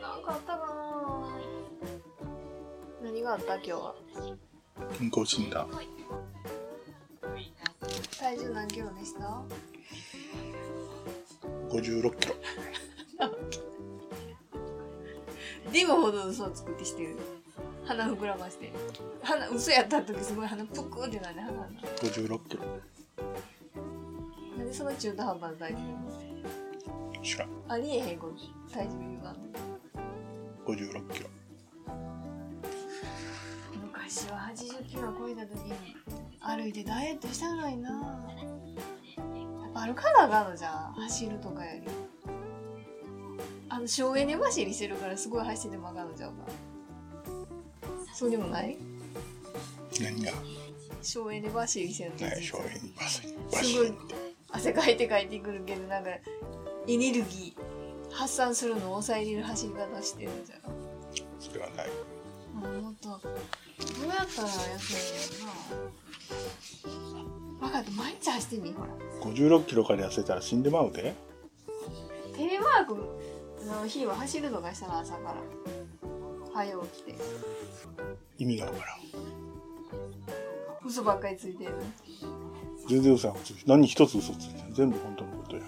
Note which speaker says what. Speaker 1: なんかあったかな何があった今日は
Speaker 2: 健康診断
Speaker 1: 体重何キロでした
Speaker 2: 56キロ
Speaker 1: ディムほど嘘をつくってしてる鼻膨らまして鼻嘘やった時すごい鼻プクってなって鼻が
Speaker 2: 56キロ
Speaker 1: なんでその中途半端な体重
Speaker 2: 知らん
Speaker 1: ありえへんこと体重が
Speaker 2: 56キロ
Speaker 1: 昔は80キロ超えた時に歩いてダイエットしたのになやっぱ歩かなあかんのじゃん走るとかよりあの省エネ走りしてるからすごい走ってもあかんのじゃんかそうでもない
Speaker 2: 何が
Speaker 1: 省エネ走りしてるの
Speaker 2: ない商品バスバ
Speaker 1: す
Speaker 2: ス
Speaker 1: ごい汗かいてかいてくるけどなんかエネルギー発散するのを抑えれる走り方してるじゃん
Speaker 2: それはない
Speaker 1: もっとどうやったら痩せるのかな分かった毎日走ってみほら
Speaker 2: 56キロから痩せたら死んでまうで
Speaker 1: テレワークの日は走るのがしたら朝から早起きて
Speaker 2: 意味がわからん
Speaker 1: 嘘ばっかりついてる
Speaker 2: 全然嘘は嘘何一つ嘘ついてない全部本当のことや